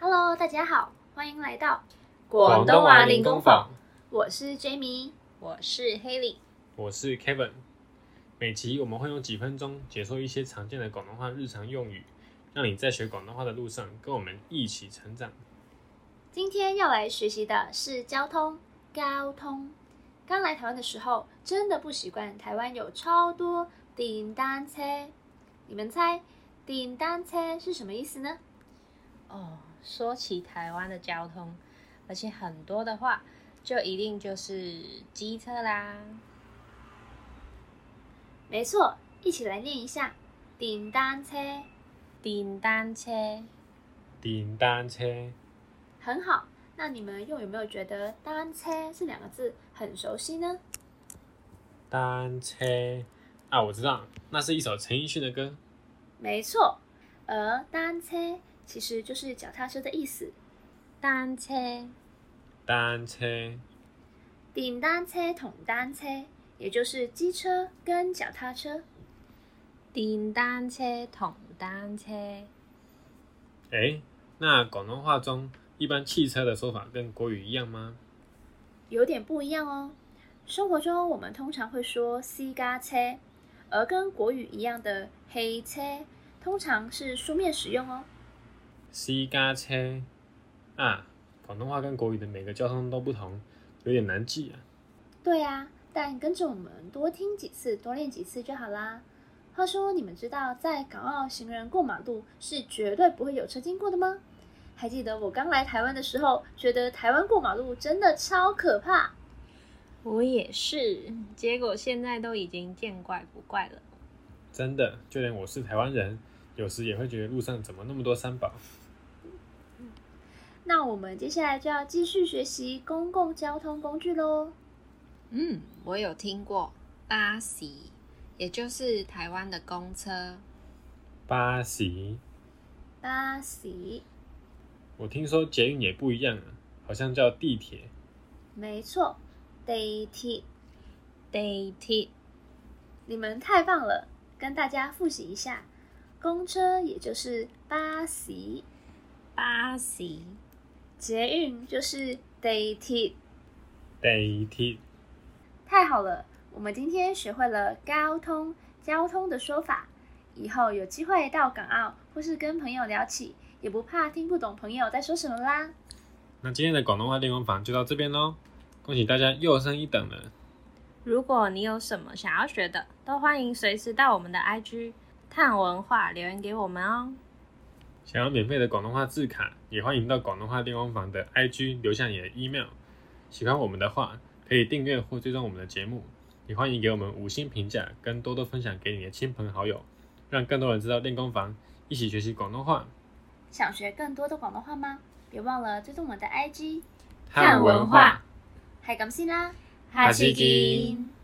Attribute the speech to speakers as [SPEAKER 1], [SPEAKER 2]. [SPEAKER 1] Hello，大家好，欢迎来到，
[SPEAKER 2] 广东
[SPEAKER 3] 娃
[SPEAKER 2] 娃
[SPEAKER 3] 林
[SPEAKER 2] 林
[SPEAKER 3] 工
[SPEAKER 2] 工
[SPEAKER 3] 坊
[SPEAKER 2] 坊，
[SPEAKER 1] 我是 Jamie。
[SPEAKER 3] 我是 Haley。
[SPEAKER 2] 我是 Kevin。每集我们会用几分钟解说一些常见的广东话日常用语，让你在学广东话的路上跟我们一起成长。
[SPEAKER 1] 今天要来学习的是交通，交通。刚来台湾的时候，真的不习惯，台湾有超多电单车。你们猜电单车是什么意思呢？
[SPEAKER 3] 哦，说起台湾的交通，而且很多的话，就一定就是机车啦。
[SPEAKER 1] 没错，一起来念一下电单车。
[SPEAKER 3] 电单车，
[SPEAKER 2] 电单车，
[SPEAKER 1] 很好，那你们又有没有觉得“单车”这两个字很熟悉呢？
[SPEAKER 2] 单车啊，我知道，那是一首陈奕迅的歌。
[SPEAKER 1] 没错，而单车其实就是脚踏车的意思。
[SPEAKER 3] 单车，
[SPEAKER 2] 单车，
[SPEAKER 1] 顶单车、筒单车，也就是机车跟脚踏车。
[SPEAKER 3] 电单车，同单车。
[SPEAKER 2] 诶，那广东话中一般汽车的说法跟国语一样吗？
[SPEAKER 1] 有点不一样哦。生活中我们通常会说私家车，而跟国语一样的黑车，通常是书面使用哦。
[SPEAKER 2] 私家车啊，广东话跟国语的每个交通都不同，有点难记啊。
[SPEAKER 1] 对啊，但跟着我们多听几次，多练几次就好啦。话说，你们知道在港澳行人过马路是绝对不会有车经过的吗？还记得我刚来台湾的时候，觉得台湾过马路真的超可怕。
[SPEAKER 3] 我也是，结果现在都已经见怪不怪了。
[SPEAKER 2] 真的，就连我是台湾人，有时也会觉得路上怎么那么多三宝。
[SPEAKER 1] 那我们接下来就要继续学习公共交通工具喽。
[SPEAKER 3] 嗯，我有听过巴士，也就是台湾的公车。
[SPEAKER 2] 巴士，
[SPEAKER 1] 巴士，
[SPEAKER 2] 我听说捷运也不一样啊，好像叫地铁。
[SPEAKER 1] 没错，地铁。
[SPEAKER 3] 地铁，
[SPEAKER 1] 你们太棒了，跟大家复习一下，公车也就是巴士，
[SPEAKER 3] 巴士，
[SPEAKER 1] 捷运就是地铁。
[SPEAKER 2] 地铁，
[SPEAKER 1] 太好了，我们今天学会了交通交通的说法，以后有机会到港澳或是跟朋友聊起，也不怕听不懂朋友在说什么啦。
[SPEAKER 2] 那今天的广东话练功坊就到这边喽，恭喜大家又升一等了。
[SPEAKER 3] 如果你有什么想要学的，都欢迎随时到我们的 IG 探文化留言给我们哦。
[SPEAKER 2] 想要免费的广东话字卡，也欢迎到广东话练功坊的 IG 留下你的 email。喜欢我们的话，可以订阅或追踪我们的节目，也欢迎给我们五星评价，跟多多分享给你的亲朋好友，让更多人知道练功坊，一起学习广东话。
[SPEAKER 1] 想学更多的广东话吗？别忘了追踪我们的 IG，
[SPEAKER 3] 汉文化
[SPEAKER 1] 系咁先啦，
[SPEAKER 2] 下次見